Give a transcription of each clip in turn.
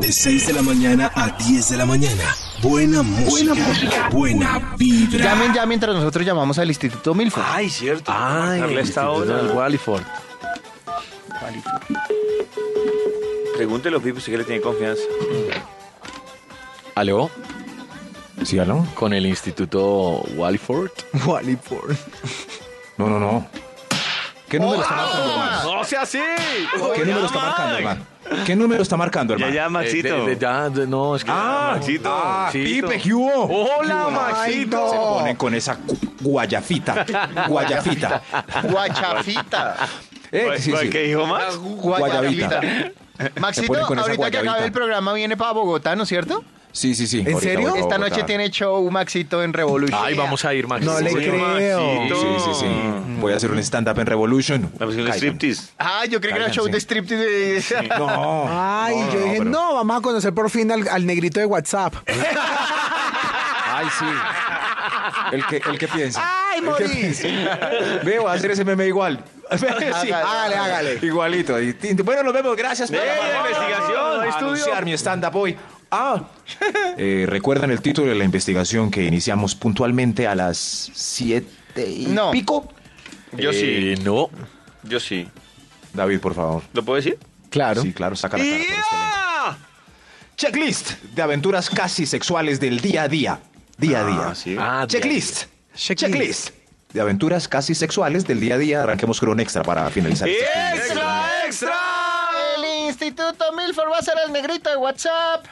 De 6 de la mañana a 10 de la mañana. Buena música. Buena, vibra. Llamen ya mientras nosotros llamamos al Instituto Milford. Ah, Ay, cierto. Ay, Marcarle el esta Instituto hora. del Wallyford. Pregúntele a Pipo si que le tiene confianza. ¿Aló? ¿Sí, aló? ¿Con el Instituto Wallyford? Wallyford. No, no, no. ¿Qué número está ¡Oh! marcando, hermano? ¡No sea así! ¿Qué número está marcando, hermano? ¿Qué número está marcando, Ya, hermano? ya, Eh, Maxito. de- de- ya, de- no, es que... Ah, Maxito. Ah, Maxito. Pipe, ¿qué hubo? ¡Hola, Ay, Maxito! no. Se ponen con esa cu- guayafita. Guayafita. Guachafita. Eh, ¿Cuál- sí, cuál sí. que dijo Ah, Max? Guayabita. Guayabita. Me Maxito, ponen con esa ahorita que acabe guayabita. el programa viene para Bogotá, ¿no es cierto? Sí, sí, sí. Ahorita Ahorita voy a Esta Bogotá. noche tiene show Maxito en Revolution. Ay, vamos a ir, Max. No le Sí. creo. Maxito. Sí, sí, sí. Voy a hacer un stand-up en Revolution. Vamos con un Caigan. striptease. Ah, yo creí que era Cállense. show de striptease. de- No. Ay, yo dije, pero- no, vamos a conocer por fin al, al negrito de WhatsApp. Ay, sí. El que, el que piensa. ¡Ay, El que morí! piensa. Ve, voy a hacer ese meme igual. Sí. hágale, hágale. Igualito. Y tin- Bueno, nos vemos. Gracias por Eh, investigación, a estudio. anunciar mi stand-up hoy. Ah. Eh, ¿Recuerdan el título de la investigación que iniciamos puntualmente a las siete y No. pico? Yo sí. Eh, no. Yo sí. David, por favor. ¿Lo puedo decir? Claro. Sí, claro, saca la carta, excelente. Checklist de aventuras casi sexuales del día a día. Día a día. Ah, sí. Ah, Checklist. Checklist. Checklist. De aventuras casi sexuales del día a día. Arranquemos con un extra para finalizar. este checklist. ¡Extra, extra! El Instituto Milford va a ser el negrito de WhatsApp.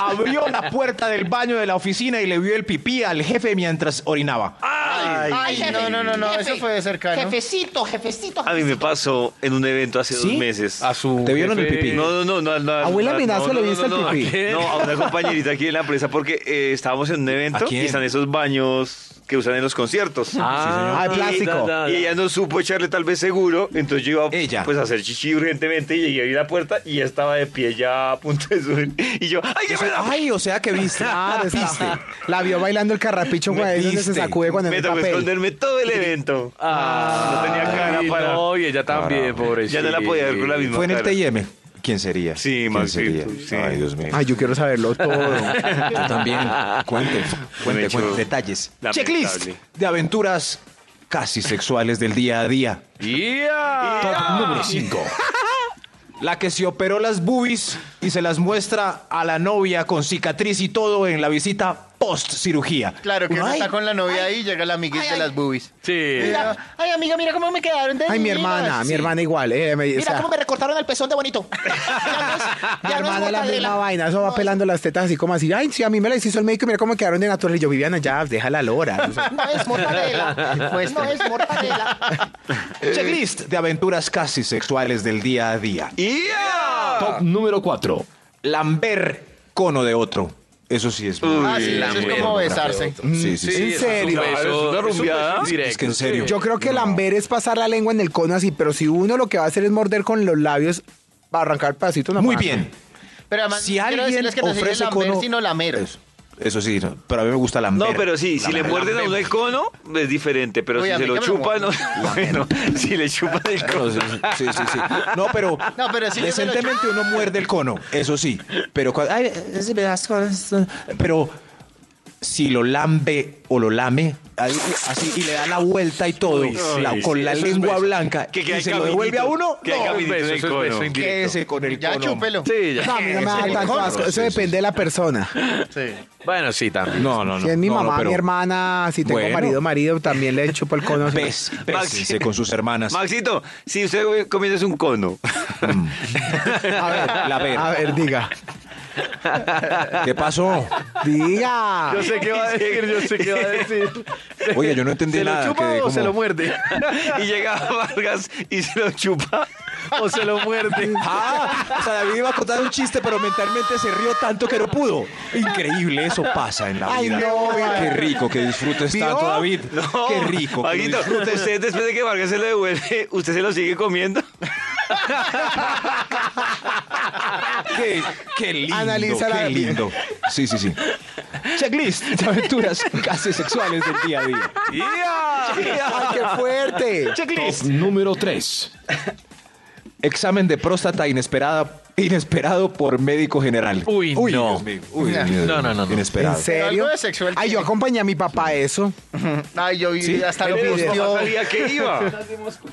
Abrió la puerta del baño de la oficina y le vio el pipí al jefe mientras orinaba. Ay, no, no, no, no, eso fue de cercano. Jefecito, jefecito. A mí me pasó en un evento hace ¿Sí? dos meses. A su ¿Te vieron el jefe- pipí? No, no, no, no, no, Abuela no, Minazo no, le no, viste no, el no, pipí. ¿a qué? No, a una compañerita aquí en la empresa porque eh, estábamos en un evento ¿A quién? y están esos baños que usan en los conciertos. Ah, Ah, sí, plástico. da, da, da. Y ella no supo echarle tal vez seguro, entonces yo iba Ella. pues a hacer chichi urgentemente y llegué a abrir la puerta y ya estaba de pie ya a punto de subir. Y yo, ¡ay, qué pena! Ay, o sea que viste. Ah, destajo. La vio bailando el carrapicho, güey, donde se Metiste. sacude cuando en Me el tocó papel. esconderme todo el evento. Ah, No tenía cara y para- No, y ella también, pobrecita. ya no la podía ver con la misma Fue en el cara. TM. ¿Quién sería? Sí, ¿Quién Maxito, sería? sí. Ay, Dios mío. Ay, yo quiero saberlo todo. Yo también. Cuente, Un cuente, hecho cuente. Detalles. lamentable. Checklist de aventuras casi sexuales del día a día. Top número 5. La que se operó las boobies y se las muestra a la novia con cicatriz y todo en la visita post cirugía. Claro que uno está con la novia ahí y llega la amiguita de las boobies. Sí. Mira, ay, amiga, mira cómo me quedaron. de Ay, mi divinas. hermana, mi Sí. hermana igual. Eh, me- o Mira sea, cómo me recortaron el pezón de bonito. Ya no es- mi ya no es hermana la mortadela. misma vaina, eso va No, pelando las tetas así como así. Ay, sí, a mí me la hizo el médico, mira cómo quedaron de natural. Y yo, Viviana, ya, déjala lora. O sea, No es mortadela. No es mortadela. Checklist de aventuras casi sexuales del día a día. Top número 4. Lamber cono de otro. Eso sí es. Ah, sí, eso es como besarse. Sí, sí, sí. ¿En serio? Es una rumbiada. Es que en serio. Yo creo que lamber es pasar la lengua en el cono así, pero si uno lo que va a hacer es morder con los labios, va a arrancar pedacitos. Muy bien. Pero además, Si quiero alguien decirles que no se dice ofrece lamber, cono, sino lamer. Eso, eso sí, no, pero a mí me gusta No, lamber. pero sí, si le muerden a uno el cono, es diferente, pero Uy, a si mí se lo que me lo chupan, no, bueno, si le chupan el cono. No, sí, sí, sí, sí. No, pero, No, pero sí que me lo- decentemente uno muerde el cono, eso sí. Pero cua- ay, ese pedazo, eso- pero si lo lambe o lo lame ahí, así y le da la vuelta y todo la- sí, con la eso es lengua beso. blanca Que- que y hay se lo devuelve a caminito, uno, que hay no, caminito. Eso es beso indirecto. quédese con el Ya cono. chúpelo. Sí, ya. No, a mí no me da tanto asco. Eso depende de la persona. Sí. Bueno, sí, también. No, no, no. Si es mi no, no, mamá, pero mi hermana, si tengo Bueno. marido, marido, también le chupo el cono. bes- bésense Maxi- pues, con sus hermanas. Maxito, si usted comienza un cono, A ver, la ver. a ver, diga. ¿Qué pasó? Diga. sé qué va a decir, yo sé qué va a decir. Oye, yo no entendí nada. quedé como- muerde? y llega Vargas y se lo chupa, ¿O se lo muerde? Ah, o sea, David iba a contar un chiste, pero mentalmente se rió tanto que no pudo. Increíble, eso pasa en la Ay, vida. no. Qué rico que disfrutes ¿Vio? tanto, David. Qué rico. que Maxito, disfrutes. usted después de que Vargas se lo devuelve, ¿usted se lo sigue comiendo? Qué, qué lindo. Analiza qué la- lindo. Sí, sí, sí. Checklist de aventuras casi sexuales del día a día. Ay, qué fuerte. Checklist. Número 3. Examen de próstata inesperada Inesperado por médico general. Uy, no. Dios mío. Uy, No. Dios mío. No, no, no, no. Inesperado. ¿En serio? Algo de sexual Ay, yo tiene. acompañé a mi papá a eso. Ay, yo vi hasta lo Pero mismo. no sabía que iba.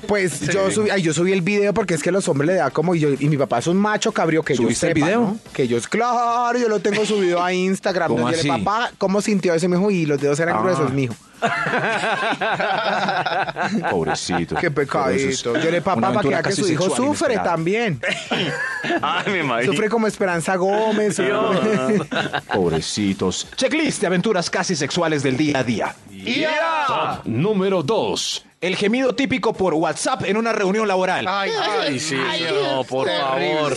Pues yo subí, ay, yo subí el video porque es que a los hombres le da como y, yo- y mi papá es un macho cabrio que yo ¿Subiste el sepa, video? ¿no? Que yo claro, yo lo tengo subido a Instagram. ¿Cómo Yo le dije, así? papá, ¿cómo sintió ese mijo? Y los dedos eran Ah. gruesos, mijo. Pobrecito. Qué pecadito. Yo le papá para que vea que su hijo sufre también. también. Ay, mi madre. Sufre como Esperanza Gómez. sufre- Pobrecitos. Checklist de aventuras casi sexuales del día a día. Top número 2. El gemido típico por WhatsApp en una reunión laboral. Ay, Ay, sí, Ay, no, Dios, por favor. terrible.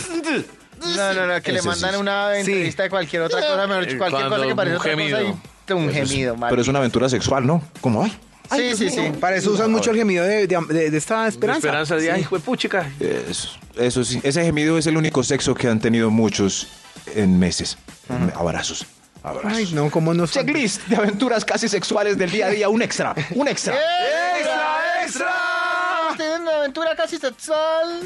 No, no, no, que le Ese mandan sí. una entrevista de cualquier otra cosa, mejor dicho, Eh, cualquier cuando cosa que parece un otra cosa gemido. y un gemido, Pero es una aventura sexual, ¿no? ¿Cómo hay? Sí, sí, sí. Para eso usan mucho el gemido de, de- de- de esta Esperanza, Esperanza. de ay, juepuchica. Eso, eso sí. Ese gemido es el único sexo que han tenido muchos en meses. Abrazos. Abrazos. Ay, no, cómo nos... Checklist de aventuras casi sexuales del día a día. Un extra. Un extra. ¡Extra, extra! Tienen una aventura casi sexual.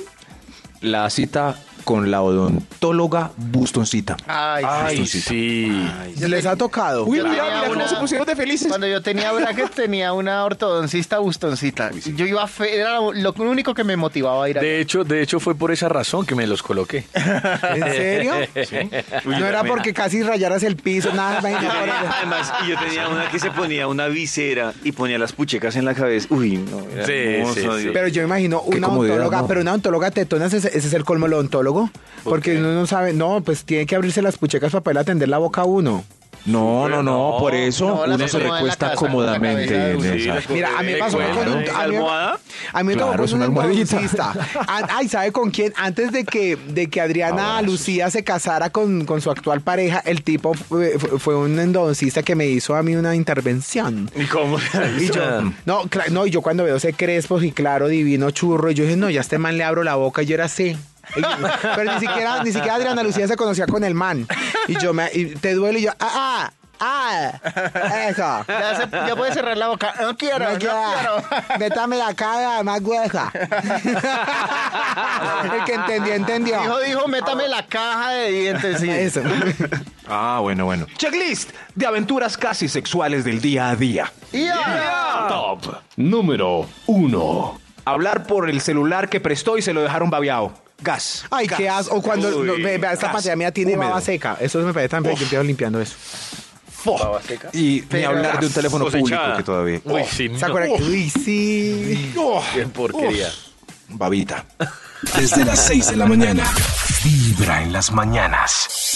La cita con la odontóloga Bustoncita. Ay, Ay, sí. sí. Les ha tocado. Uy, Yo mira, tenía mira cómo una- se pusieron de felices. Cuando yo tenía bracket tenía una ortodoncista bustoncita. Yo iba fe, era lo, lo único que me motivaba a ir a De hecho, de hecho fue por esa razón que me los coloqué. ¿En serio? Uy, No era mira. porque casi rayaras el piso, nada, Yo vaina, tenía- ahora- Además, y yo tenía una que se ponía una visera y ponía las puchecas en la cabeza. Uy, no, era Sí, hermoso, sí, sí. Dios. Pero yo imagino Qué una comodidad, odontóloga, ¿no? pero una odontóloga tetona, ese, ese es el colmo del odontólogo. Porque uno no sabe, no, pues tiene que abrirse las puchecas para poder atender la boca a uno. No, no, no, por No, eso las uno se acomoda en la recuesta casa, con la cabeza cómodamente. en dulce. esa. las- Mira, a mí me Eh, pasó bueno, con un... ¿esa A mí, almohada? a mí me tocó Claro, con es una un almohadita. ortodoncista. Ah, Ay, ¿sabe con quién? Antes de que, de que Adriana Abrazos. Lucía se casara con, con su actual pareja, el tipo fue, fue- fue un endodoncista que me hizo a mí una intervención. ¿Y cómo? Y yo, no, cla- no, y yo cuando veo ese Crespos y claro, divino churro, y yo dije, no, ya a este man le abro la boca, y yo era así. Y yo- Pero ni siquiera, ni siquiera Adriana Lucía se conocía con el man. Y yo me, y te duele, y yo, ah, ah, ah, eso. Ya, se, ya puede cerrar la boca. No quiero, no, No quiero. queda. Métame la cara, más hueja. El que entendió, entendió. Dijo, dijo, métame la caja de dientes. sí. Eso. Ah, bueno, bueno. Checklist de aventuras casi sexuales del día a día. Y ahora, Top número uno. Hablar por el celular que prestó y se lo dejaron babeado. Gas. Ay, qué asco. O cuando Uy, no, ve- vea, esta gas. pandemia tiene Húmedo. baba seca. Eso me parece tan feo. Yo empiezo limpiando eso. Fo. Y ni hablar de un teléfono Cosechada. público que todavía. Uy, sí, ¿Se no. acuerdan? Uy, sí. Oh, Qué porquería. babita. Desde las 6 de la mañana. Vibra en las mañanas.